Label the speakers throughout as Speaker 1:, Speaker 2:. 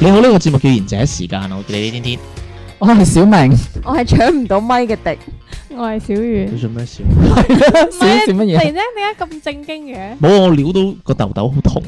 Speaker 1: 你好，呢、個節目叫賢者時間，我叫你天天。
Speaker 2: 我係小明，
Speaker 3: 我係搶唔到咪嘅迪，
Speaker 4: 我係小魚。
Speaker 1: 你做啊咩笑？
Speaker 2: 少少乜
Speaker 4: 突
Speaker 2: 嘢？
Speaker 4: 然間點解咁正經嘅？
Speaker 1: 冇，我撩到個痘痘好痛，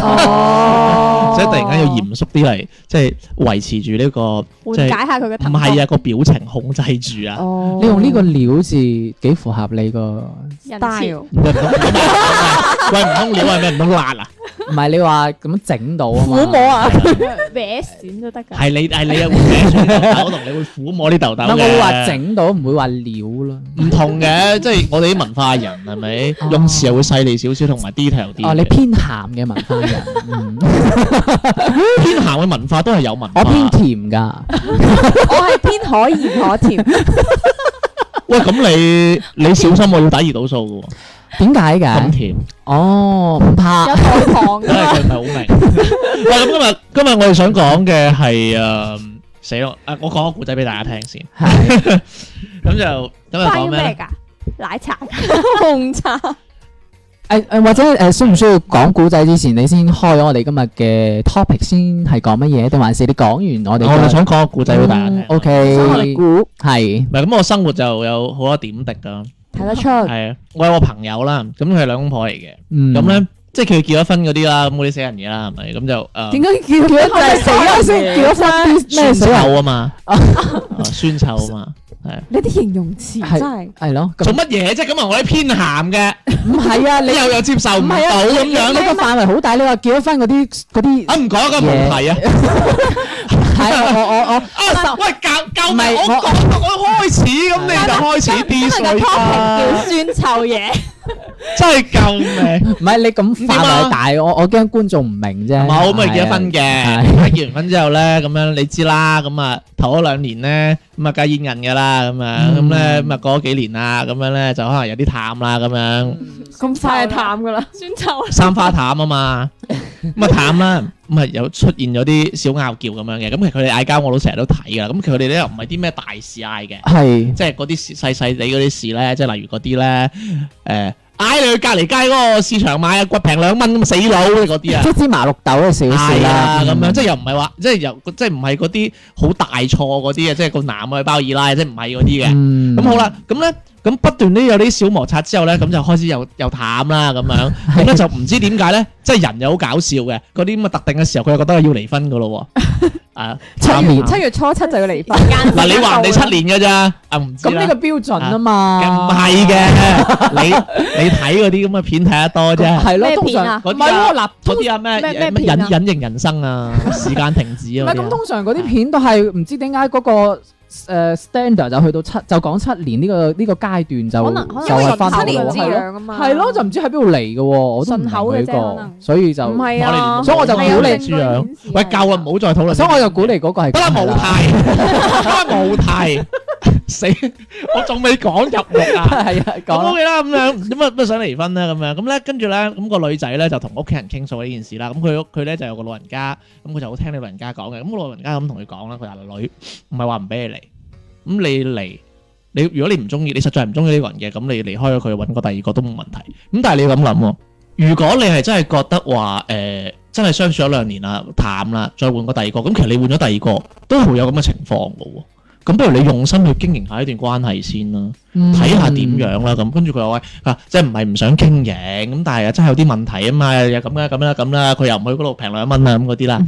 Speaker 3: 哦
Speaker 2: 哦
Speaker 1: 所以突然間要嚴肅啲嚟，即係維持住呢個即
Speaker 4: 緩
Speaker 1: 係
Speaker 4: 解下佢嘅
Speaker 1: 唔
Speaker 4: 疼痛。
Speaker 1: 係啊個表情控制住啊。
Speaker 3: 哦
Speaker 2: 你用呢個料字幾符合你個？
Speaker 4: 人設
Speaker 3: style，
Speaker 1: 唔係唔通啊喂唔通料係咩？唔通辣 啊？
Speaker 2: 唔係你話咁樣整到啊嘛？
Speaker 3: 父母啊，
Speaker 4: 搲閃都得㗎。
Speaker 1: 係你係你啊！會搲住啲痘痘我同你會撫摸啲痘痘
Speaker 2: 唔
Speaker 1: 嘅。
Speaker 2: 係我會話整到，唔會話料咯。
Speaker 1: 唔同嘅，即係我哋啲文化人係咪用詞又會細膩少少，同埋 detail 啲嘅。
Speaker 2: 哦，你偏鹹嘅文化人，嗯
Speaker 1: 偏行嘅文化都係有文化。
Speaker 2: 我偏甜 噶。
Speaker 3: 我係偏可鹽可甜，
Speaker 1: 喂，咁你你小心我要打胰島素嘅喎。
Speaker 2: 點解
Speaker 1: 咁
Speaker 2: 嘅？
Speaker 1: 甜，
Speaker 2: 哦，唔怕
Speaker 4: 有。代糖
Speaker 1: 梗
Speaker 4: 㗎嘛
Speaker 1: 係佢唔係 好明。喂，咁今日今日我哋想講嘅係誒死咯！誒，我講個故仔俾大家聽先。
Speaker 2: 係
Speaker 1: 咁就今日
Speaker 4: 關
Speaker 1: 講
Speaker 4: 於
Speaker 1: 咩
Speaker 4: 咩
Speaker 1: 咧？
Speaker 4: 㗎？奶茶
Speaker 3: 紅茶
Speaker 2: 誒誒，或者誒，需唔需要講古仔之前，你先開咗我哋今日嘅 topic 先係講乜嘢？定還是你講完我
Speaker 1: 我
Speaker 2: 哋？
Speaker 1: 哋想講個故仔俾大家聽。
Speaker 2: O
Speaker 3: 我嚟
Speaker 2: K，
Speaker 3: 估，
Speaker 2: 係
Speaker 1: 唔係咁，我生活就有好多點滴㗎。
Speaker 3: 睇得出，
Speaker 1: 係啊，我有個朋友啦，咁佢係兩公婆嚟嘅。
Speaker 2: 嗯
Speaker 1: 咁咧，即係佢結咗婚嗰啲啦，咁嗰啲死人嘢啦，係咪？咁就誒
Speaker 3: 點解叫佢就係死咗先叫咗婚？
Speaker 2: 咩
Speaker 1: 酸
Speaker 2: 水啊？
Speaker 1: 臭啊嘛， 啊酸臭啊嘛，係
Speaker 3: 呢啲形容詞
Speaker 2: 係
Speaker 3: 真係
Speaker 2: 係咯，咁
Speaker 1: 做乜嘢啫？咁啊，我啲偏鹹嘅，
Speaker 2: 唔係啊？你
Speaker 1: 你又又接受
Speaker 2: 唔
Speaker 1: 唔到
Speaker 2: 係啊，
Speaker 1: 咁
Speaker 2: 你
Speaker 1: 樣
Speaker 2: 你。呢個範圍好大。你話結咗婚嗰啲嗰
Speaker 1: 啊，
Speaker 2: 啲，
Speaker 1: 唔講咁唔係啊！
Speaker 2: 係啊我我我
Speaker 1: 啊，喂，教教
Speaker 2: 唔
Speaker 1: 命，
Speaker 2: 係
Speaker 1: 我
Speaker 2: 我
Speaker 1: 講到我開始，咁你就開始啲水啦，
Speaker 4: 酸臭嘢，
Speaker 1: 真係救命！
Speaker 2: 唔係你咁範圍大，我我驚觀眾唔明啫。
Speaker 1: 冇咪啊結咗婚嘅，
Speaker 2: 係
Speaker 1: 咁結完婚之後咧，咁樣你知啦，咁啊頭嗰兩年咧，咁啊戒煙癮噶啦，咁啊咁咧，咁啊過咗幾年啦，咁樣咧就可能有啲淡啦，咁樣。
Speaker 3: 咁快就淡㗎啦，
Speaker 4: 酸臭啦。
Speaker 1: 三花淡啊嘛，咁啊淡啦，咁啊有出現咗啲小拗撬咁樣嘅，咁其實佢哋嗌交我都成日都睇噶啦，咁其實佢哋咧又唔係啲咩大事嗌嘅，
Speaker 2: 係
Speaker 1: 即係嗰啲細細地嗰啲事咧，即係例如嗰啲咧，誒嗌你去隔離街嗰個市場買啊，骨平兩蚊咁死佬 嗰啲啊
Speaker 2: 即。係芝麻綠豆嘅小事
Speaker 1: 係
Speaker 2: 啦
Speaker 1: 啊，，咁樣即
Speaker 2: 係
Speaker 1: 係又唔係話，即係又即係唔係嗰啲好大錯嗰啲啊，即係個男去包二奶，即係唔係嗰啲嘅。
Speaker 2: 嗯
Speaker 1: 咁好啦，咁咧，咁不斷都有啲小摩擦之後咧，咁就開始又又淡 啦，咁樣，咁咧就唔知點解咧，即係人又好搞笑嘅，嗰啲咁嘅特定嘅時候，佢又覺得要離婚噶咯喎，啊，
Speaker 2: 七年
Speaker 3: 七月初七就要離婚，
Speaker 1: 嗱你話人哋七年嘅咋，啊唔知
Speaker 2: 咁
Speaker 1: 啦
Speaker 2: 呢個標準啊
Speaker 1: 嘅唔
Speaker 2: 嘛，
Speaker 1: 係嘅， 你你睇嗰啲咁嘅片睇得多啫，
Speaker 2: 係咯，
Speaker 4: 咩
Speaker 2: 通
Speaker 4: 片啊
Speaker 2: 常
Speaker 1: 嗰
Speaker 2: 唔
Speaker 1: 啲啊
Speaker 2: 係喎，
Speaker 1: 嗰啲啊咩
Speaker 4: 咩咩
Speaker 1: 咩
Speaker 4: 片啊
Speaker 1: 隱隱形人生啊，時間停止
Speaker 2: 唔
Speaker 1: 啊
Speaker 2: 係
Speaker 1: 嗰啲
Speaker 2: 咁，
Speaker 1: 啊，
Speaker 2: 通常嗰啲片都係唔知點解嗰個。誒 standard 就去到七，就講七年呢個呢個階段就
Speaker 4: 可能可能
Speaker 2: 就
Speaker 4: 因為
Speaker 2: 係分
Speaker 4: 七
Speaker 2: 開
Speaker 4: 年
Speaker 2: 咯
Speaker 4: 之
Speaker 2: 係咯
Speaker 3: 癢啊嘛
Speaker 2: 係咯，就唔知喺邊度嚟嘅喎，我都唔明
Speaker 4: 順口嘅
Speaker 2: 佢呢
Speaker 4: 啫可
Speaker 2: 個
Speaker 4: 能，
Speaker 2: 所以就
Speaker 3: 唔係
Speaker 1: 我
Speaker 3: 啊
Speaker 1: 哋，
Speaker 2: 所以我就
Speaker 1: 唔好
Speaker 2: 估你
Speaker 1: 討論呢樣喂夠啊，唔好再討論，
Speaker 2: 所以我就估你嗰個係
Speaker 1: 得啦，
Speaker 2: 咁
Speaker 1: 冇
Speaker 2: 啦
Speaker 1: 題，得啦，冇題，死！我仲未講入目啊。
Speaker 2: 係啊，
Speaker 1: 咁
Speaker 2: 講啦
Speaker 1: OK 啦，咁樣咁啊，乜想離婚啦，咁樣咁咧，跟住咧，咁個女仔咧就同屋企人傾訴呢件事啦。咁佢佢咧就有個老人家，咁佢就好聽你老人家講嘅。咁個老人家咁同佢講啦，佢話女唔係話唔俾你嚟，咁你嚟，你如果你唔中意，你實在唔中意呢個人嘅，咁你離開咗佢，揾個第二個都冇問題。咁但係你要咁諗喎，如果你係真係覺得話誒、呃真係相處咗兩年啦，淡啦，再換個第二個，咁其實你換咗第二個都會有咁嘅情況嘅喎。咁不如你用心去經營下呢段關係先啦。
Speaker 2: 嗯
Speaker 1: 睇下點樣啦咁，跟住佢話喂啊，即係唔係唔想傾贏咁，但係真係有啲問題啊嘛，又咁啦咁啦咁啦，佢又唔去嗰度平兩蚊啊咁嗰啲啦。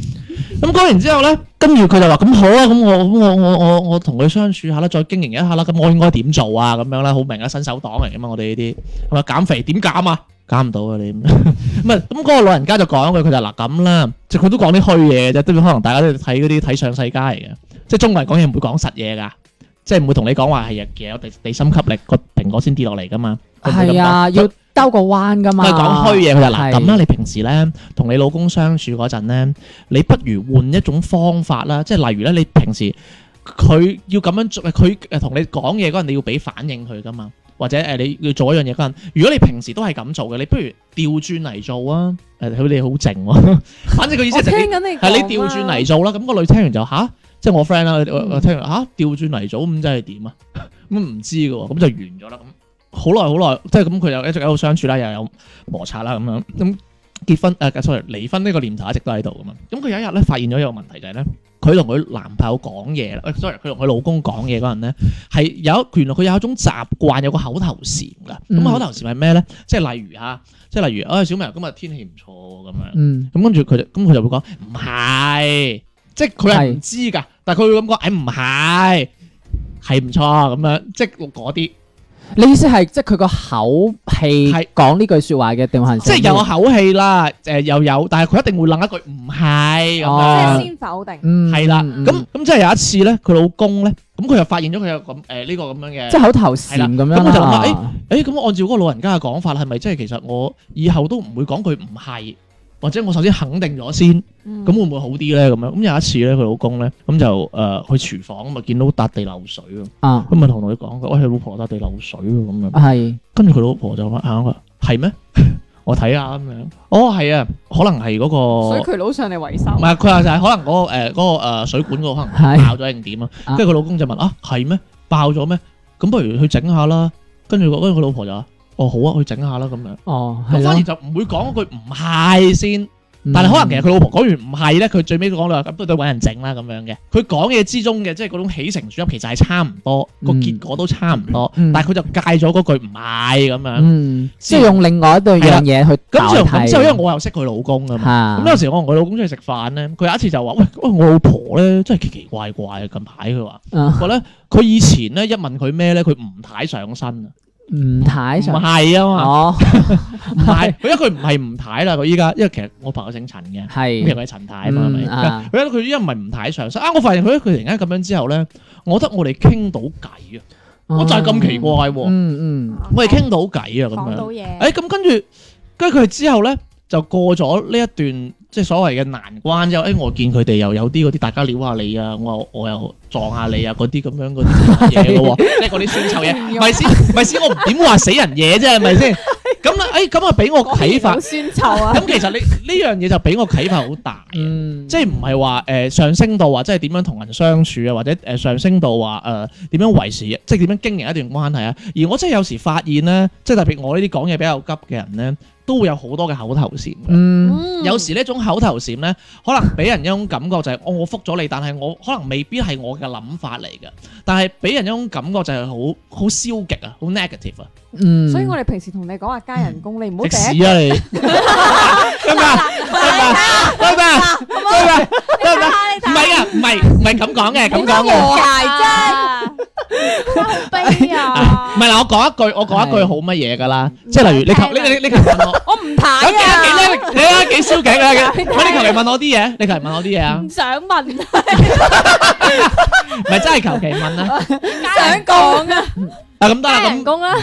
Speaker 1: 咁講完之後咧，跟住佢就話咁好啦，咁我咁我我我我同佢相處下啦，再經營一下啦，咁我應該點做啊？咁樣啦，好明啊，新手黨嚟噶嘛，我哋呢啲係咪減肥點減啊？減唔到啊你咁， 唔係咁嗰個老人家就講佢，佢就嗱咁啦，即係佢都講啲虛嘢嘅啫，都可能大家都係睇嗰啲睇上世界嚟嘅，即係中國人講嘢唔會講實嘢㗎。即即係唔會同你講話係其實有地地心吸力個蘋果先跌落嚟噶嘛。佢唔會咁
Speaker 2: 係啊，
Speaker 1: 講
Speaker 2: 要兜個彎
Speaker 3: 啊
Speaker 2: 噶嘛。
Speaker 1: 佢啊講虛嘢，佢就嗱
Speaker 2: 係
Speaker 1: 咁啊啦。你平時咧同你老公相處嗰陣咧，你不如換一種方法啦，即係例如咧，你平時佢要咁樣做，佢誒同你講嘢嗰陣，你要俾反應佢噶嘛，或者誒你要做一樣嘢嗰陣，如果你平時都係咁做嘅，你不如調轉嚟做啊！誒，佢哋好靜喎， 反正佢意思
Speaker 3: 我
Speaker 1: 就
Speaker 3: 聽
Speaker 1: 係
Speaker 3: 緊你
Speaker 1: 係
Speaker 3: 講啊
Speaker 1: 你調轉嚟做啦。咁個女聽完就吓，即係我 friend 啦，我
Speaker 3: 嗯
Speaker 1: 我聽完吓調轉嚟做，咁即係點啊？ 咁唔知嘅喎，咁就完咗啦。咁好耐好耐，即係咁佢又一直喺度相處啦，又有摩擦啦咁樣。咁結婚誒、呃、sorry 離婚呢個念頭一直都喺度噶嘛。咁佢有一日咧發現咗一個問題就係咧，佢同佢男朋友講嘢啦、呃、，sorry 佢同佢老公講嘢嗰陣咧，係有一原來佢有一種習慣，有個口頭禪㗎。咁、
Speaker 2: 嗯
Speaker 1: 口頭禪係咩咧？即係例如嚇，即係例如，啊、小明今日天氣唔錯喎咁樣。
Speaker 2: 嗯，
Speaker 1: 咁跟住佢就咁佢就會講唔係，即係佢係唔知㗎，但係佢會咁講，誒唔係，係唔錯咁樣，即係嗰啲，
Speaker 2: 你意思係即係佢個口氣
Speaker 1: 係
Speaker 2: 講呢句説話嘅定還是
Speaker 1: 即係有口氣啦，誒、又有，但係佢一定會諗一句唔係咁
Speaker 4: 即
Speaker 2: 哦
Speaker 1: 樣
Speaker 4: 係。先否定。
Speaker 2: 嗯
Speaker 1: 係啦，
Speaker 2: 嗯嗯
Speaker 1: 咁咁即係有一次咧，佢老公咧，咁佢又發現咗佢有咁誒呢個咁樣嘅，
Speaker 2: 即係口頭禪咁樣啊
Speaker 1: 咁我就諗下
Speaker 2: 啦。
Speaker 1: 誒咁按照嗰個老人家嘅講法，係咪即係其實我以後都唔會講佢唔係，或者我首先肯定咗先，
Speaker 4: 嗯
Speaker 1: 咁會唔會好啲咧？咁樣咁有一次咧，佢老公咧咁就誒、呃去廚房咁啊，見到笪地漏水啊，
Speaker 2: 啊，
Speaker 1: 咁啊同佢講：喂，老婆笪地漏水喎咁樣。
Speaker 2: 係
Speaker 1: 跟住佢老婆就話：啊，我話係咩？ 我睇下咁樣。哦，係啊，可能係嗰、
Speaker 3: 所以
Speaker 1: 個。
Speaker 3: 佢佬上嚟維修
Speaker 1: 唔。係，佢話就係可能嗰、個誒、呃嗰個呃水管嗰個可能
Speaker 2: 係
Speaker 1: 爆咗定點啊，
Speaker 2: 啊
Speaker 1: 跟住佢老公就問啊係咩爆咗咩？咁不如去整下啦。跟住個跟住佢老婆就話：哦好啊，去整下啦咁樣。
Speaker 2: 哦，係
Speaker 1: 咁
Speaker 2: 咯
Speaker 1: 反而就唔會講嗰句唔係先。
Speaker 2: 嗯
Speaker 1: 但係可能其實佢老婆講完唔係咧，佢最尾講到話咁都得揾人整啦咁樣嘅。佢講嘢之中嘅即係嗰種起承轉合，其實係差唔多，個
Speaker 2: 嗯
Speaker 1: 結果都差唔多，
Speaker 2: 嗯
Speaker 1: 但係佢就戒咗嗰句唔係咁樣。
Speaker 2: 嗯，即係用另外一對
Speaker 1: 係啦
Speaker 2: 樣嘢去
Speaker 1: 咁之
Speaker 2: 代
Speaker 1: 後咁
Speaker 2: 替
Speaker 1: 之後，因為我又識佢老公啊嘛，
Speaker 2: 嚇
Speaker 1: 咁有時我同佢老公出去食飯咧，佢有一次就話：喂喂，我老婆咧真係奇奇怪怪啊！近排佢話，
Speaker 2: 啊
Speaker 1: 佢咧佢以前咧一問佢咩咧，佢唔太上身啊，
Speaker 2: 唔
Speaker 1: 唔
Speaker 2: 太上
Speaker 1: 係啊嘛，
Speaker 2: 哦，
Speaker 1: 唔係佢因為佢唔係唔太啦，佢依家因為其實我朋友姓陳嘅。咁其
Speaker 2: 係
Speaker 1: 實佢係陳太啊嘛，係咪
Speaker 2: 嗯啊？
Speaker 1: 佢佢因為唔係唔太上心啊！我發現佢佢突然間咁樣之後咧，我覺得我哋傾到偈啊！我就係咁奇怪
Speaker 2: 哦。
Speaker 1: 喎，
Speaker 2: 嗯嗯，
Speaker 1: 我哋傾到偈啊咁
Speaker 4: 講到
Speaker 1: 樣。
Speaker 4: 嘢。
Speaker 1: 誒咁跟住，跟住佢之後咧就過咗呢一段即係所謂嘅難關之後，誒我見佢哋又有啲嗰啲大家撩下你啊，我我又撞下你啊嗰啲咁樣嗰啲嘢 嘅喎，即係嗰啲酸臭
Speaker 2: 嗯
Speaker 1: 嘢，咪先咪先，我唔點話死人嘢啫，係咪 先？咁啦，誒咁啊，俾我啟發
Speaker 4: 好。酸臭啊！
Speaker 1: 咁其實你呢樣嘢就俾我啟發好大啊
Speaker 2: 嗯
Speaker 1: 即係唔係話誒上升到話即係點樣同人相處啊，或者誒、呃上升到話誒點樣維持，即係點樣經營一段關係啊。而我真係有時發現咧，即係特別我呢啲講嘢比較急嘅人咧，都會有好多嘅口頭禪嘅。
Speaker 2: 嗯
Speaker 4: 嗯
Speaker 1: 有時呢種口頭禪咧，可能俾人一種感覺就係、哦我覆咗你，但係我可能未必係我嘅諗法嚟嘅，但係俾人一種感覺就係好好消極啊，好 negative 啊，
Speaker 2: 嗯，
Speaker 3: 所以我哋平時同你講話加人工，你唔好
Speaker 1: 食
Speaker 3: 第一
Speaker 1: 屎啊 你，得唔得？得唔得？得唔得？得唔得？唔係啊，唔係唔係咁講嘅，咁講嘅。
Speaker 4: 解啫，好悲
Speaker 1: 啊
Speaker 4: 啊
Speaker 3: 哎
Speaker 1: 唔！係嗱，我講一句，我講一句好乜嘢㗎啦，即係例如你
Speaker 4: 係
Speaker 1: 求你你你求其問我，
Speaker 4: 我唔睇
Speaker 1: 有幾啊幾
Speaker 4: 啊，
Speaker 1: 叻，你啊幾消極啊嘅，喂你求其問我啲嘢，你求其問我啲嘢啊
Speaker 4: 唔，想問，
Speaker 1: 唔係真係求其問啦，
Speaker 4: 想講啊，
Speaker 1: 啊咁得啦，
Speaker 4: 加人
Speaker 1: 咁
Speaker 4: 工啦，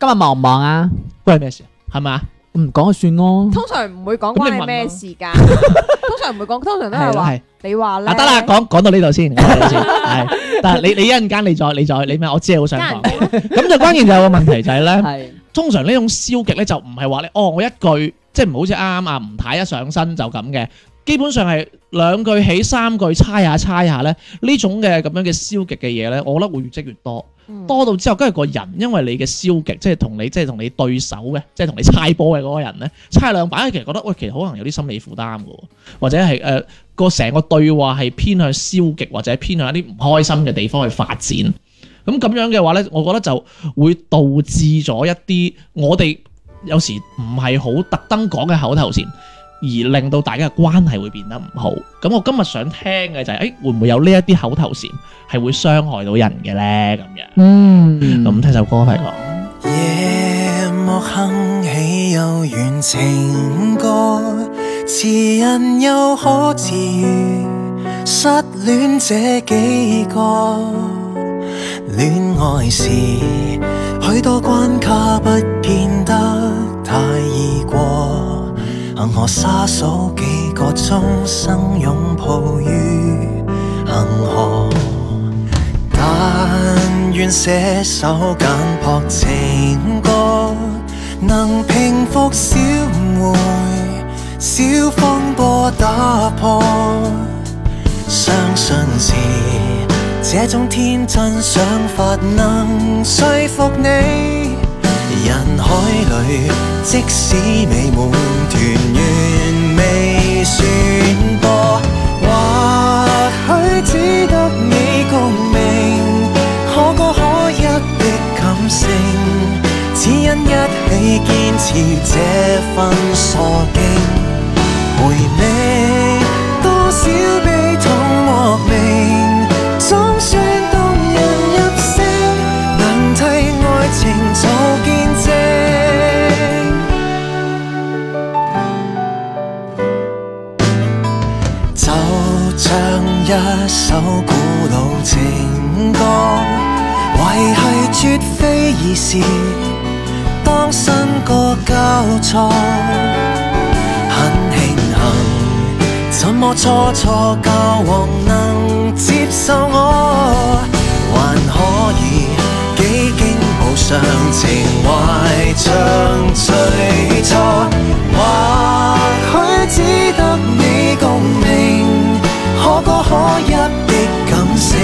Speaker 2: 今日忙唔忙啊？
Speaker 1: 關你咩事啊？係咪啊？
Speaker 2: 唔講就算咯。
Speaker 3: 通常唔會講
Speaker 1: 咁
Speaker 3: 關
Speaker 1: 你問
Speaker 3: 你咩
Speaker 1: 咯
Speaker 3: 事 㗎，通常唔會講，通常都係
Speaker 1: 係
Speaker 3: 話
Speaker 1: 係
Speaker 3: 你話咧。
Speaker 1: 嗱得啦，講講到呢度先，講到呢度先，係，但係你你一陣間你再你再你咩？我知你好想講，咁就關鍵就有個問題就係咧。
Speaker 2: 係
Speaker 1: 通常呢種消極咧就唔係話你哦，我一句即係唔好似啱啱啊吳太一上身就咁嘅，基本上係兩句起三句猜下猜下咧，呢種嘅咁樣嘅消極嘅嘢咧，我覺得會越積越多，
Speaker 3: 嗯
Speaker 1: 多到之後跟住個人因為你嘅消極，即係同你即係同你對手嘅，即係同你猜波嘅嗰個人咧，猜兩板，其實覺得喂其實可能有啲心理負擔嘅喎，或者係誒個成個對話係偏向消極或者偏向一啲唔開心嘅地方去發展。咁咁樣嘅話咧，我覺得就會導致咗一啲我哋有時唔係好特登講嘅口頭禪，而令到大家嘅關係會變得唔好。咁我今日想聽嘅就係、誒、哎會唔會有呢一啲口頭禪係會傷害到人嘅咧？咁樣，
Speaker 2: 嗯
Speaker 1: 咁聽首歌嚟講。
Speaker 5: 夜幕哼起幽怨情歌，詞人又可 自愈。失戀這幾個，戀愛時，許多關卡不見得太易過。恒河沙數幾個鐘，生擁抱於恒河。但願寫首簡朴情歌，能平復小誤會，小風波打破。相信是這種天真想法能說服你。人海裏，即使美滿團圓未算多，或許只得你共鳴，可歌可泣的感性，只因一起堅持這份傻勁。回味多少悲痛莫名，總算動人入聲，能替愛情做見證。就像一首古老情歌，維繫絕非易事，當新歌交錯。很慶幸，怎麼初初交往能接受我，還可以幾經補償，情懷像最初，或許只得你共鳴，可歌可泣的感性，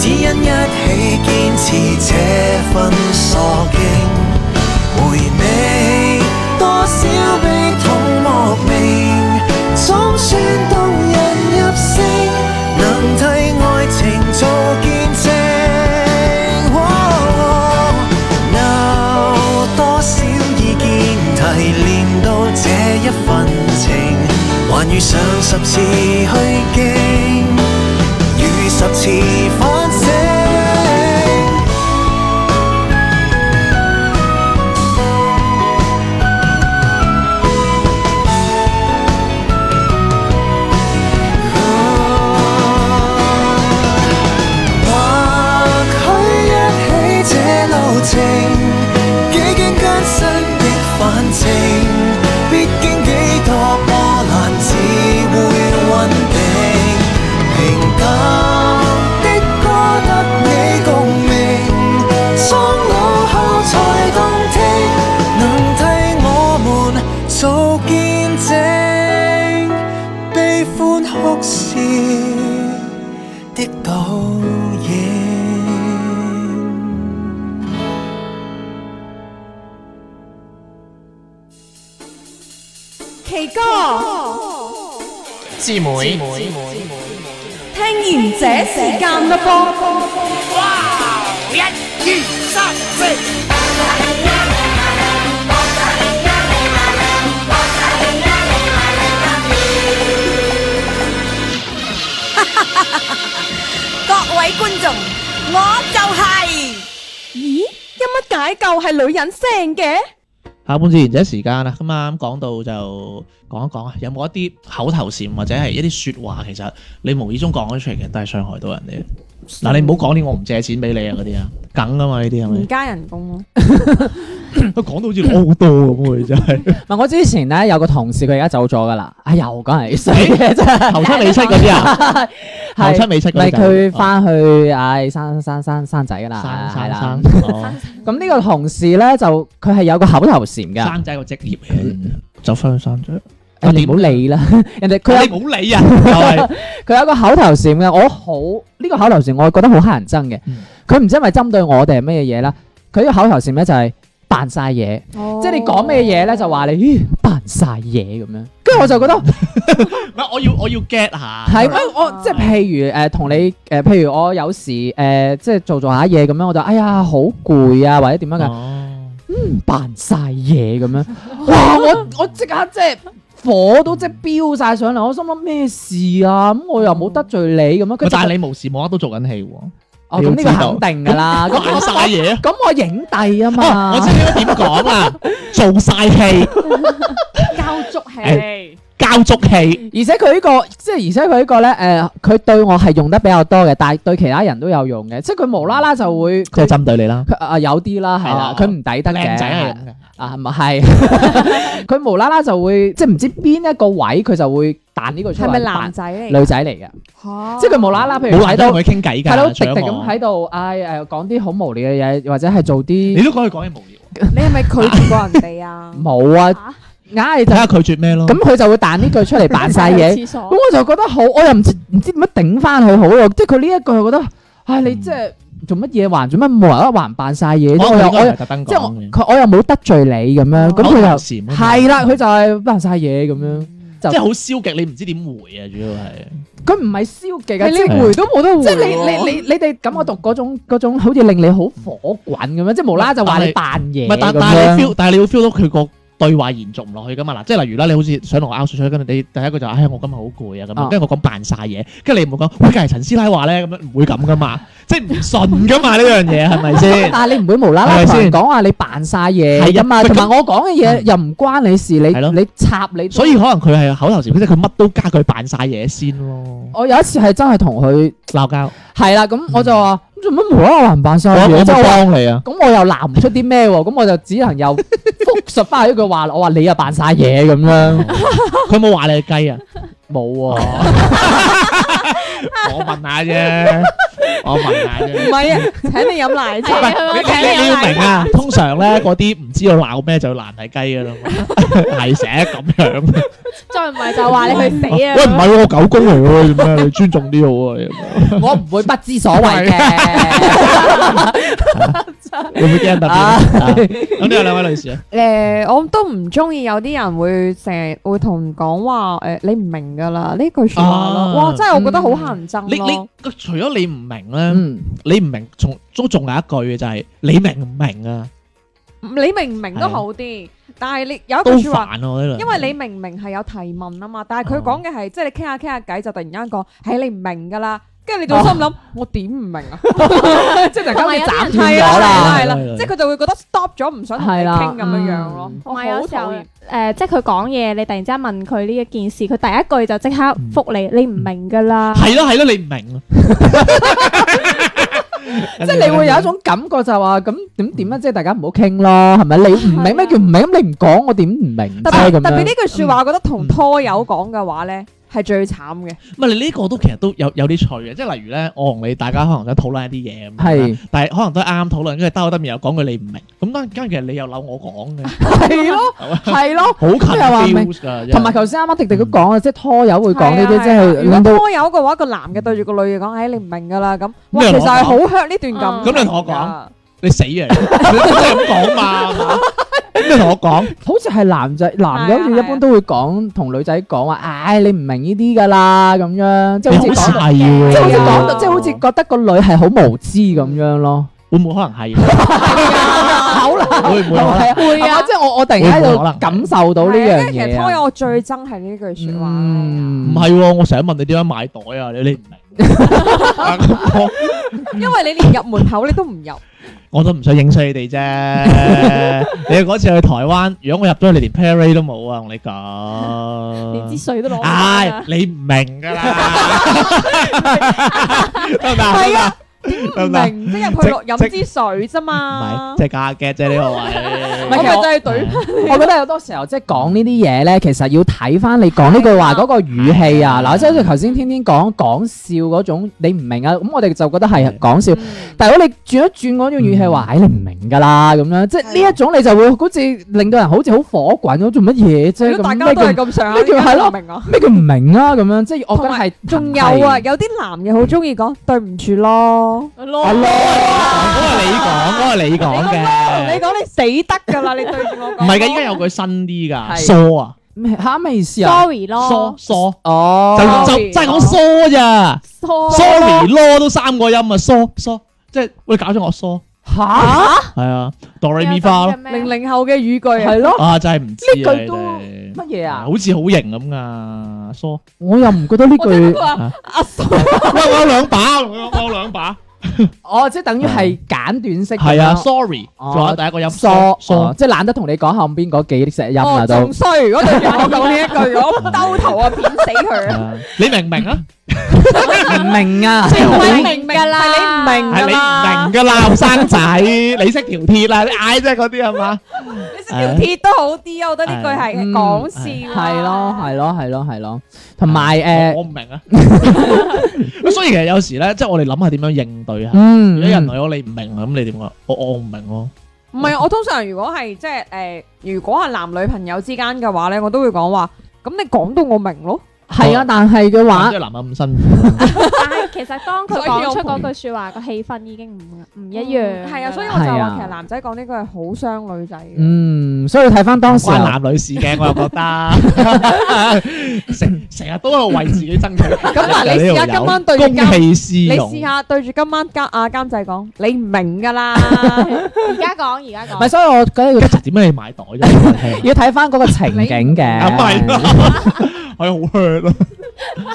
Speaker 5: 只因一起堅持這份傻勁。回味多少悲痛莫名，總算動人入聲，能替愛情做見證。哦拗哦多少意見提煉到這一份情，還遇上十次虛驚，與十次反省。或許一起這路程，幾經艱辛的反程，必經幾多波瀾，只會穩定。平淡的歌得你共鳴，雙腦後才動聽，能替我們做見證，悲歡哭笑。的倒影。
Speaker 4: 奇哥，
Speaker 6: 師妹，
Speaker 4: 聽完這時間啦噃。
Speaker 7: 各位觀眾，我就係、
Speaker 4: 咦，有乜解救係女人聲嘅？
Speaker 1: 下半自然者時間啦，咁啱講到就講一講啊，有冇一啲口頭禪或者係一啲説話，其實你無意中講咗出嚟嘅，都係傷害到人哋。嗱，你唔好講啲我唔借錢俾你啊嗰啲啊，梗啊嘛呢啲係
Speaker 3: 唔
Speaker 1: 咪？
Speaker 3: 加人工咯，
Speaker 1: 佢講到好似攞好多咁喎，真係
Speaker 2: 唔係我之前咧有個同事佢而家走咗噶啦，啊又講人哋衰嘅真 係，
Speaker 1: 頭七尾七嗰啲啊，頭
Speaker 2: 係
Speaker 1: 七尾七
Speaker 2: 唔
Speaker 1: 嗰
Speaker 2: 係
Speaker 1: 啲就係
Speaker 2: 佢翻去唉生生生生仔噶
Speaker 1: 生
Speaker 2: 啦，係
Speaker 1: 生
Speaker 2: 啦。
Speaker 1: 生哦
Speaker 2: 咁呢個同事咧就佢係有個口頭禪㗎，
Speaker 1: 生仔個職業嚟，就翻去生仔。
Speaker 2: 誒你唔好理啦， 人哋佢有
Speaker 1: 你唔好理啊，就係
Speaker 2: 佢有一個口頭禪嘅，我好呢、個口頭禪，我覺得好乞人憎嘅
Speaker 1: 嗯。
Speaker 2: 佢唔、知係咪針對我哋係咩嘢啦？佢呢個口頭禪咧就係扮晒嘢，
Speaker 3: 哦
Speaker 2: 即係你講咩嘢咧就話你咦扮晒嘢咁樣。跟住我就
Speaker 1: 哦
Speaker 2: 覺得
Speaker 1: 唔係我要我要 get 下，
Speaker 2: 係咩？我即係譬如誒同、你誒、譬如我有時誒、即係做做下嘢咁樣，我就哎呀好攰啊，或者點樣嘅，
Speaker 1: 哦
Speaker 2: 扮晒嘢咁 樣。哇！我我即刻即係。火都即係飆晒上嚟，我心諗咩事啊？咁我又冇得罪你咁樣，跟住
Speaker 1: 但
Speaker 2: 就
Speaker 1: 係你無時無刻都做緊戲喎，
Speaker 2: 哦，
Speaker 1: 啊你要
Speaker 2: 咁呢個
Speaker 1: 知道
Speaker 2: 肯定㗎 啦。咁
Speaker 1: 扮晒嘢啊！
Speaker 2: 咁我影帝啊
Speaker 1: 哦，我
Speaker 2: 嘛
Speaker 1: 啊知，你應該點講啦，做晒戲，
Speaker 4: 交足氣，
Speaker 1: 交交足氣，
Speaker 2: 而且佢呢、個即係而且佢呢個咧誒，佢、對我係用得比較多嘅，但係對其他人都有用嘅，即係佢無啦啦就會
Speaker 1: 即係
Speaker 2: 佢
Speaker 1: 針對你啦。
Speaker 2: 佢啊有啲啦，係啦
Speaker 1: 嗯哦，
Speaker 2: 佢唔抵得嘅。
Speaker 1: 靚仔係咁嘅
Speaker 2: 啊，咪係 佢無啦啦就會即係唔知邊一個位佢就會彈呢個出嚟，
Speaker 3: 係咪男仔嚟？
Speaker 2: 女仔嚟嘅？
Speaker 3: 嚇
Speaker 2: 即係佢無啦啦，譬如
Speaker 1: 好
Speaker 2: 喺
Speaker 1: 難得同
Speaker 2: 度
Speaker 1: 佢傾偈㗎。
Speaker 2: 係咯，
Speaker 1: 除
Speaker 2: 滴
Speaker 1: 咗
Speaker 2: 滴
Speaker 1: 我
Speaker 2: 咁喺度，唉誒講啲好無聊嘅嘢，或者係做
Speaker 1: 你
Speaker 2: 啲
Speaker 1: 都講佢講嘢無聊，
Speaker 3: 你係咪拒絕過人哋啊？
Speaker 2: 冇啊，
Speaker 3: 嚇
Speaker 2: 硬係就
Speaker 1: 睇下拒絕咩咯。
Speaker 2: 咁佢就會彈呢句出嚟 扮晒嘢。
Speaker 3: 廁
Speaker 2: 咁
Speaker 3: 所
Speaker 2: 我就覺得好，我又唔知唔知點樣頂翻佢好咯。即係佢呢一句，我覺得唉，你即係做乜嘢還做乜冇人還扮晒嘢啫，
Speaker 1: 我
Speaker 2: 我又我
Speaker 1: 我
Speaker 2: 又
Speaker 1: 哦特登
Speaker 2: 即係我
Speaker 1: 講嘅，哦
Speaker 2: 佢我又冇得罪你咁樣，咁
Speaker 1: 口
Speaker 2: 佢
Speaker 1: 頭禪
Speaker 2: 就
Speaker 1: 啊嘛
Speaker 2: 係啦，佢就係扮晒嘢咁樣，就
Speaker 1: 即係好消極，你唔知點回啊，主要係。
Speaker 2: 佢唔係消極嘅，
Speaker 3: 你
Speaker 2: 即係
Speaker 3: 連回都冇得回
Speaker 2: 即係你
Speaker 1: 啊
Speaker 3: 喎
Speaker 2: 你你你哋感覺到嗰種嗰種好似令你好火滾咁樣，即係無啦啦就話你扮嘢
Speaker 1: 唔係，但
Speaker 2: 咁
Speaker 1: 但係你
Speaker 2: 樣。
Speaker 1: feel，但係你會 feel 到佢個對話延續唔落去噶嘛？嗱，即係例如啦，你好似想同我拗水水，跟住你第一個就唉，我今日好攰啊咁樣，
Speaker 2: 啊
Speaker 1: 跟住我講扮晒嘢，跟住你唔好講，喂，梗係陳師奶話咧，咁樣唔會咁噶嘛，即係唔信噶嘛呢樣嘢係咪先？
Speaker 2: 但係你唔會無啦啦
Speaker 1: 係咪
Speaker 2: 同人
Speaker 1: 先
Speaker 2: 講話你扮晒嘢
Speaker 1: 係
Speaker 2: 㗎
Speaker 1: 啊
Speaker 2: 嘛，
Speaker 1: 喂
Speaker 2: 同
Speaker 1: 咁
Speaker 2: 埋我講嘅嘢又唔關你事，
Speaker 1: 係咯
Speaker 2: 你你插你都
Speaker 1: 所以可能佢係口頭禪，即係佢乜都加佢扮晒嘢先咯，
Speaker 2: 我有一次係真係同佢
Speaker 1: 鬧交。
Speaker 2: 係啦，咁我就話咁做乜無啦啦還扮晒
Speaker 1: 嗯我
Speaker 2: 嘢，
Speaker 1: 我
Speaker 2: 即係
Speaker 1: 咪
Speaker 2: 我話
Speaker 1: 幫你啊！
Speaker 2: 咁我又鬧唔出啲咩喎，咁我就只能 又復述翻佢一句話，我話你又扮晒嘢咁樣，
Speaker 1: 佢冇話你係雞啊！
Speaker 2: 冇喎。
Speaker 1: 我問下啫，我問下啫。
Speaker 3: 唔係啊，請你飲奶
Speaker 1: 唔
Speaker 3: 茶。
Speaker 1: 係你你你要明啊！通常咧嗰啲唔知道鬧咩就爛係雞噶啦嘛，係成日咁樣。
Speaker 3: 再唔係就話你去死啊！
Speaker 1: 喂，唔係喎，我狗公嚟喎，你咩？你尊重啲好啊！
Speaker 2: 我唔會不知所謂
Speaker 1: 啊
Speaker 2: 嘅。
Speaker 1: 你會唔會驚特別
Speaker 2: 啊
Speaker 1: 啊？咁呢有兩位女士啊，
Speaker 3: 誒，我都唔中意有啲人會成日會同人講話誒，你唔明㗎啦呢句説話
Speaker 1: 啊
Speaker 3: 咯。哇，真係我覺得好乞人
Speaker 1: 你
Speaker 3: 憎 咯。
Speaker 1: 你除咗你唔明咧，
Speaker 2: 嗯，
Speaker 1: 你唔明，仲都仲有一句嘅就係你明唔明啊？
Speaker 3: 你明唔明都好啲，但係你有一
Speaker 1: 都
Speaker 3: 句説話。
Speaker 1: 煩啊！我呢兩
Speaker 3: 因為你明明係有提問啊嘛，但係佢講嘅係即係你傾下傾下偈就突然間講，係你唔明㗎啦，跟住你就心諗我點唔明 啊？即係突然間好似斬斷
Speaker 2: 係啊
Speaker 3: 咗啦，係
Speaker 1: 係啦
Speaker 3: 啦
Speaker 1: 係啦，
Speaker 3: 即係佢就會覺得 stop 咗，唔想同你
Speaker 2: 係啦
Speaker 3: 傾咁樣樣咯
Speaker 2: 嗯。
Speaker 3: 我好
Speaker 8: 同埋有時候
Speaker 3: 討
Speaker 8: 誒
Speaker 3: 厭，、
Speaker 8: 即係佢講嘢，你突然之間問佢呢一件事，佢第一句就即刻
Speaker 1: Ừ.
Speaker 8: 覆你，你唔明㗎 啦。
Speaker 1: 係咯係咯，你唔明啊。
Speaker 2: 即係你會有一種感覺就話咁點點啊，即係大家唔好傾咯，係咪？你唔明咩叫唔明？咁你唔講我點唔明
Speaker 3: 特
Speaker 2: 啫
Speaker 3: 別
Speaker 2: 咁
Speaker 3: 特別 呢
Speaker 2: 樣？
Speaker 3: 句説話，我覺得同拖友講嘅話咧係最慘嘅。
Speaker 1: 唔係你呢個都其實都有有啲趣嘅，即係例如咧，我同你大家可能想討論一啲嘢咁樣啦
Speaker 2: 係，
Speaker 1: 但係可能都係啱啱討論，跟住兜兜面又講句你唔明，咁當然跟住其實你又扭我講 嘅，
Speaker 2: 係咯，係咯。
Speaker 1: 好
Speaker 2: 咁又話
Speaker 1: confused
Speaker 2: 明
Speaker 1: 㗎真 係
Speaker 2: 同埋頭先啱啱迪迪都講啊，即係拖友會講呢
Speaker 3: 係
Speaker 2: 啲，
Speaker 3: 啊
Speaker 2: 即
Speaker 3: 係啊
Speaker 2: 係
Speaker 3: 如果
Speaker 2: 令到
Speaker 3: 拖友嘅話，個男嘅對住個女嘅講，唉，你唔明㗎啦咁，哇，其
Speaker 1: 咩同我
Speaker 3: 實係
Speaker 1: 講
Speaker 3: 好 hurt 呢段感
Speaker 8: 嗯
Speaker 3: 情
Speaker 1: 咁你同我講
Speaker 3: 㗎
Speaker 1: 你死啊！你真係咁講嘛？係嘛咁你同我講，
Speaker 2: 好似係男仔男嘅，好似一般都會講同女仔講話，唉，你唔明呢啲㗎啦，咁樣即係好似
Speaker 1: 你
Speaker 2: 講
Speaker 1: 好
Speaker 2: 到，
Speaker 1: 細喎，
Speaker 2: 即係好似講
Speaker 3: 係啊
Speaker 2: 到，即係好似覺得個女係好無知咁樣咯。
Speaker 1: 會唔會可能係？
Speaker 2: 好啦，
Speaker 1: 會唔會可能？
Speaker 2: 係會啊，即係我我突然間
Speaker 1: 會唔會可
Speaker 2: 喺
Speaker 1: 能
Speaker 2: 度感受到呢
Speaker 3: 係
Speaker 2: 樣
Speaker 3: 啊因為其
Speaker 2: 嘢
Speaker 3: 實
Speaker 2: 啊
Speaker 3: 拖友我最憎係呢句説話。
Speaker 1: 唔係喎，我想問你點樣買袋啊？你你唔明，啊咁我
Speaker 3: 因為你連入門口你都唔 入，
Speaker 1: 我都唔想影衰你哋啫。你嗰次去台灣，如果我入咗去，你連 Perry 都冇啊！我同你講，
Speaker 8: 連支水都攞唔到
Speaker 1: 唉
Speaker 8: 啊，
Speaker 1: 你唔明㗎啦，得唔得？
Speaker 3: 係啊，
Speaker 1: 得
Speaker 3: 唔
Speaker 1: 唔得？
Speaker 3: 明即係入去落
Speaker 1: 即
Speaker 3: 飲支水啫
Speaker 1: 唔
Speaker 3: 嘛
Speaker 1: 係，。即係假嘅啫呢個
Speaker 3: 我
Speaker 1: 位
Speaker 3: 咪
Speaker 2: 係。其實
Speaker 3: 就係
Speaker 1: 係
Speaker 3: 懟
Speaker 2: 我覺得有多時候即係講呢啲嘢咧，其實要睇翻你講呢句話嗰個語氣啊。嗱，即係好似頭先天天講講笑嗰種，你唔明啊，咁我哋就覺得係講
Speaker 3: 嗯
Speaker 2: 笑。但係如果你轉一轉嗰種語氣話，唉，你唔明㗎啦咁樣，即係呢一種你就會好似令到人好似好火滾咁，做乜嘢啫？
Speaker 3: 如
Speaker 2: 咁
Speaker 3: 果大
Speaker 2: 咩
Speaker 3: 家都係
Speaker 2: 叫
Speaker 3: 咁上下，
Speaker 2: 咩叫
Speaker 3: 點解
Speaker 2: 係咯
Speaker 3: 唔明啊？
Speaker 2: 咩叫唔明啊？咁樣即係我覺得係
Speaker 3: 仲有啊，，有啲男嘅好中意講對唔住咯，
Speaker 8: 咯
Speaker 1: 嗰個你講，嗰個你講
Speaker 3: 你
Speaker 1: 嘅，
Speaker 3: 講你死得㗎啦，你對住我
Speaker 1: 唔
Speaker 3: 講。
Speaker 1: 係嘅，依家有句新啲㗎，
Speaker 2: 係
Speaker 1: 疏啊，
Speaker 2: 咩嚇咩意思
Speaker 1: Dạ.
Speaker 2: 啊？
Speaker 8: ，sorry
Speaker 1: 疏
Speaker 8: 咯
Speaker 1: 疏，
Speaker 2: 哦
Speaker 1: 就就
Speaker 3: ，sorry
Speaker 1: 真係講疏咋
Speaker 8: ，sorry
Speaker 1: ，sorry 咯都三個音啊，疏疏，即係會搞咗我疏，
Speaker 2: 嚇
Speaker 1: 係啊，do re
Speaker 8: Dạ,
Speaker 1: mi fa 咯，
Speaker 3: 零零後嘅語句啊，
Speaker 2: 係咯，
Speaker 1: 啊真係唔知啊
Speaker 2: 呢句都
Speaker 1: 你哋
Speaker 2: 乜嘢啊？
Speaker 1: 好似好型咁噶，疏，
Speaker 2: 我又唔覺得呢
Speaker 3: 我真係
Speaker 2: 句
Speaker 3: 覺得。
Speaker 1: 喂我有兩把，我有我有兩把，
Speaker 2: 哦，即係等於係簡短式咁
Speaker 1: 係啊
Speaker 2: 樣。
Speaker 1: ，sorry，
Speaker 2: 哦
Speaker 1: 仲有第一個音
Speaker 2: 疏哦，即係懶得同你講後邊嗰幾隻音啦
Speaker 3: 哦，
Speaker 2: 都
Speaker 3: 仲。衰，如果對住我講呢一句，我兜頭啊，扁死 佢啊！
Speaker 1: 你明唔明啊？
Speaker 2: 唔明啊，
Speaker 8: 明㗎啦
Speaker 3: 係你唔明
Speaker 1: 係
Speaker 3: 㗎
Speaker 1: 你唔
Speaker 3: 啦，
Speaker 1: 明㗎啦，後生仔，你識條鐵啦，你嗌啫嗰啲係嘛？
Speaker 3: 你識條鐵都好啲啊！我覺得呢句係
Speaker 2: 嗯
Speaker 3: 講笑啊，
Speaker 2: 係咯，係咯，係咯，係咯，同埋呃誒
Speaker 1: 我，我唔明啊。咁所以其實有時咧，即係我哋諗下點樣應對啊。
Speaker 2: 嗯，
Speaker 1: 如果人類我你唔明啊，咁你點啊？我我唔明咯。
Speaker 3: 唔係，我通常如果係即係誒，如果係男女朋友之間嘅話咧，我都會講話，咁你講到我明咯。
Speaker 2: 係啊，但係嘅話
Speaker 1: 即係男人咁辛苦，
Speaker 8: 但係其實當佢
Speaker 3: 所以我
Speaker 8: 講出嗰句说話，個氣氛已經唔唔一樣㗎啦。
Speaker 3: 係啊，所以我就
Speaker 2: 係
Speaker 3: 話
Speaker 2: 啊
Speaker 3: 其實男仔講呢句係好傷女仔嘅。
Speaker 2: 嗯，所以睇翻當時
Speaker 1: 關男女事嘅，我又覺得成成日都喺度為自己爭取。
Speaker 3: 咁嗱，你試下今晚對住
Speaker 1: 公
Speaker 3: 監，
Speaker 1: 器私
Speaker 3: 你
Speaker 1: 用，
Speaker 3: 試下對住今晚監啊監製講，你唔明 㗎啦。
Speaker 8: 而家講，而家
Speaker 2: 唔係，
Speaker 8: 講，
Speaker 2: 所以我覺得要
Speaker 1: 一齊點解你買 袋啫？
Speaker 2: 要睇翻嗰個情景嘅，
Speaker 1: 啊，唔係，係好 hurt 咯。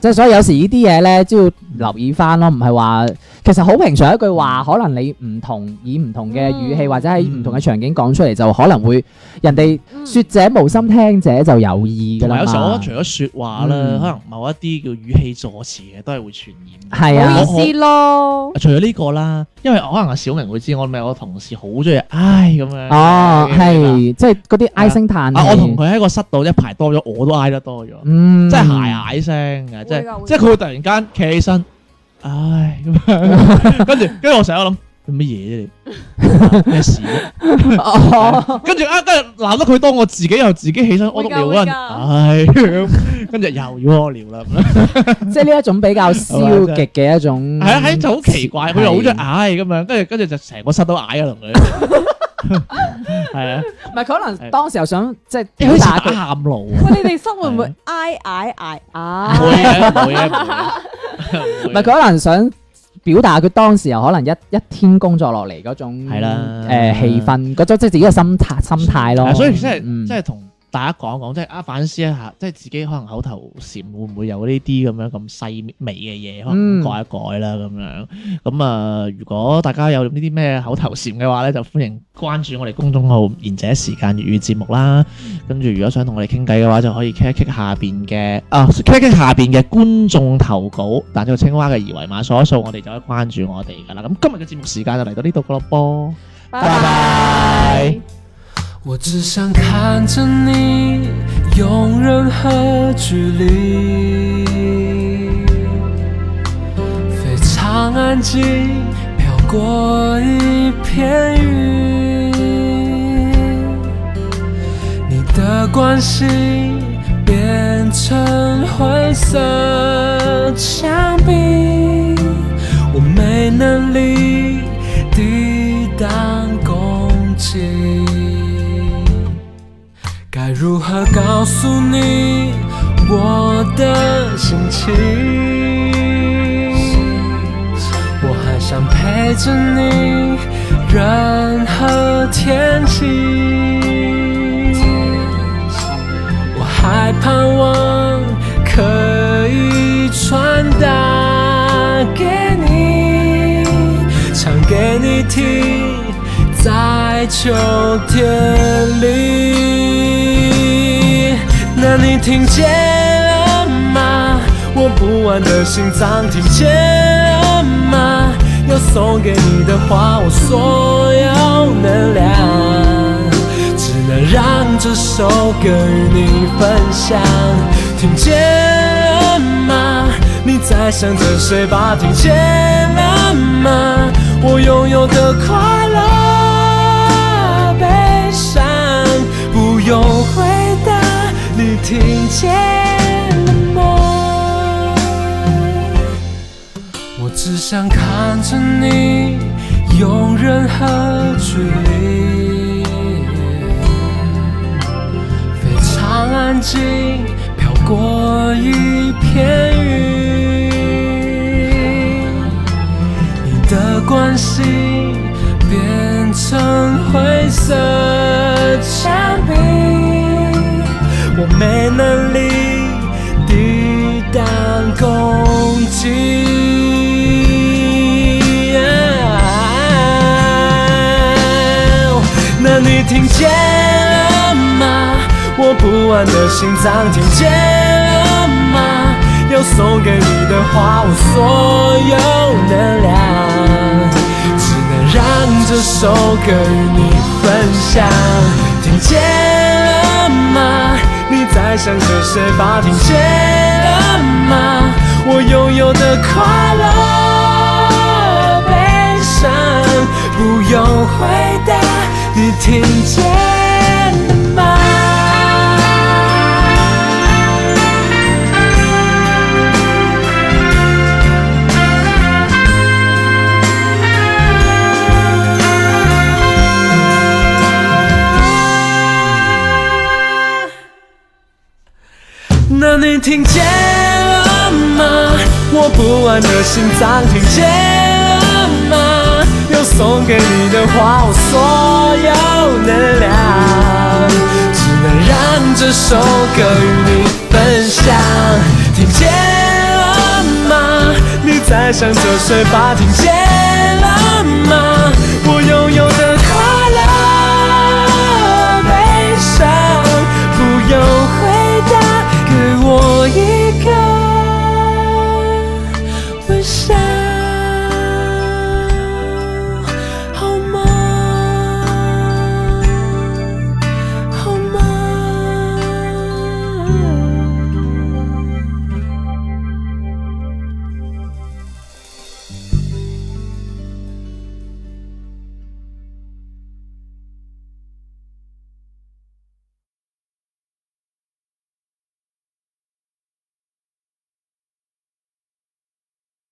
Speaker 2: 即係所以有時呢啲嘢咧都要留意翻咯，唔係話其實好平常一句話，可能你唔同以唔同嘅語氣或者喺唔同嘅場景講出嚟，就可能會人哋
Speaker 3: 嗯
Speaker 2: 說者無心，聽者就有意㗎
Speaker 1: 同埋
Speaker 2: 啦
Speaker 1: 有時候我
Speaker 2: 嘛。
Speaker 1: 覺得除咗説話咧，
Speaker 2: 嗯
Speaker 1: 可能某一啲叫語氣助詞嘅都係會傳染。
Speaker 2: 係
Speaker 3: 唔
Speaker 2: 啊
Speaker 3: 好意，思咯。
Speaker 2: 嗯
Speaker 1: 除咗呢個啦，因為可能阿小明會知，我咪有個同事好中意唉咁樣。
Speaker 2: 哦，
Speaker 1: 啊係
Speaker 2: 係即係嗰啲唉聲嘆
Speaker 1: 啊！
Speaker 2: 氣
Speaker 1: 我同佢喺個室度一排多咗，我都嗌得多咗，
Speaker 2: 嗯，
Speaker 1: 即係啊嗌嗌聲嘅，即
Speaker 3: 會㗎
Speaker 1: 係
Speaker 3: 會
Speaker 1: 即係佢會突然間企起身，唉咁 樣，跟住跟住我成日諗做乜嘢啫你咩事啫？
Speaker 2: 哦，
Speaker 1: 跟住啊，跟住鬧得佢多，我自己又自己起身屙督尿嗰陣，唉，咁跟住又要屙尿啦，咁樣
Speaker 2: 即係呢一種比較消極嘅一
Speaker 3: 嗯
Speaker 2: 種，
Speaker 1: 係啊，係就好奇怪，佢又好中意唉咁樣，跟住跟住就成個室都嗌啊同 佢，係啊，
Speaker 2: 唔係佢可能當時又想即係
Speaker 1: 好
Speaker 2: 表
Speaker 1: 似
Speaker 2: 達
Speaker 1: 打
Speaker 2: 佢，
Speaker 1: 喊路啊，
Speaker 3: 喂，你哋生 活會唔哎會挨挨挨
Speaker 1: 唔
Speaker 3: 啊？
Speaker 1: 會嘅，唔
Speaker 2: 唔
Speaker 1: 會嘅，唔會
Speaker 2: 係
Speaker 1: 嘅。
Speaker 2: 佢可能想表達佢當時又可能一一天工作落嚟嗰種
Speaker 1: 係啦
Speaker 2: 誒氣氛嗰種即係自己嘅心態心態咯，
Speaker 1: 係啊所以即係
Speaker 2: 嗯
Speaker 1: 即係同大家講一講，即係啊反思一下，即係自己可能口頭禪會唔會有呢啲咁樣咁細微嘅嘢，可能
Speaker 2: 嗯
Speaker 1: 改一改啦咁樣。咁啊，如果大家有呢啲咩口頭禪嘅話咧，就歡迎關注我哋公眾號《賢者時間粵語節目》啦。跟住如果想同我哋傾偈嘅話，就可以 click 一 click 下邊嘅啊 click 一 click 下邊嘅觀眾投稿，彈咗個青蛙嘅二維碼掃一掃，我哋就可以關注我哋噶啦。咁今日嘅節目時間就嚟到呢度噶咯噃。
Speaker 3: 拜
Speaker 1: 拜拜。
Speaker 5: 我只想看着你，有任何距离，非常安静，飘过一片云。你的关心变成灰色墙壁，我没能力抵挡攻击。该如何告诉你我的心情？我还想陪着你，任何天气。我还盼望可以传达给你，唱给你听，在秋天里。那你听见了吗？我不安的心脏听见了吗？要送给你的话，我所有能量。只能让这首歌与你分享。听见了吗？你在想着谁吧？听见了吗？我拥有的快乐、悲伤，不用回答，你听见了吗？我只想看着你，有任何距离，非常安静，飘过一片云。你的关心变成灰色墙壁，我没能力抵挡攻击。你听见了吗？我不安的心脏听见了吗？要送给你的话，我所有能量，只能让这首歌与你分享。听见了吗？你在想着谁吧？听见了吗？我拥有的快乐、悲伤，不用回答，你听见吗？那你听见了吗？我不安的心脏听见了吗？要送给你的话，我所有能量，只能让这首歌与你分享。听见了吗？你在想着谁吧？听见了吗？我拥有的快乐、悲伤，不用回答，给我一个。吻下。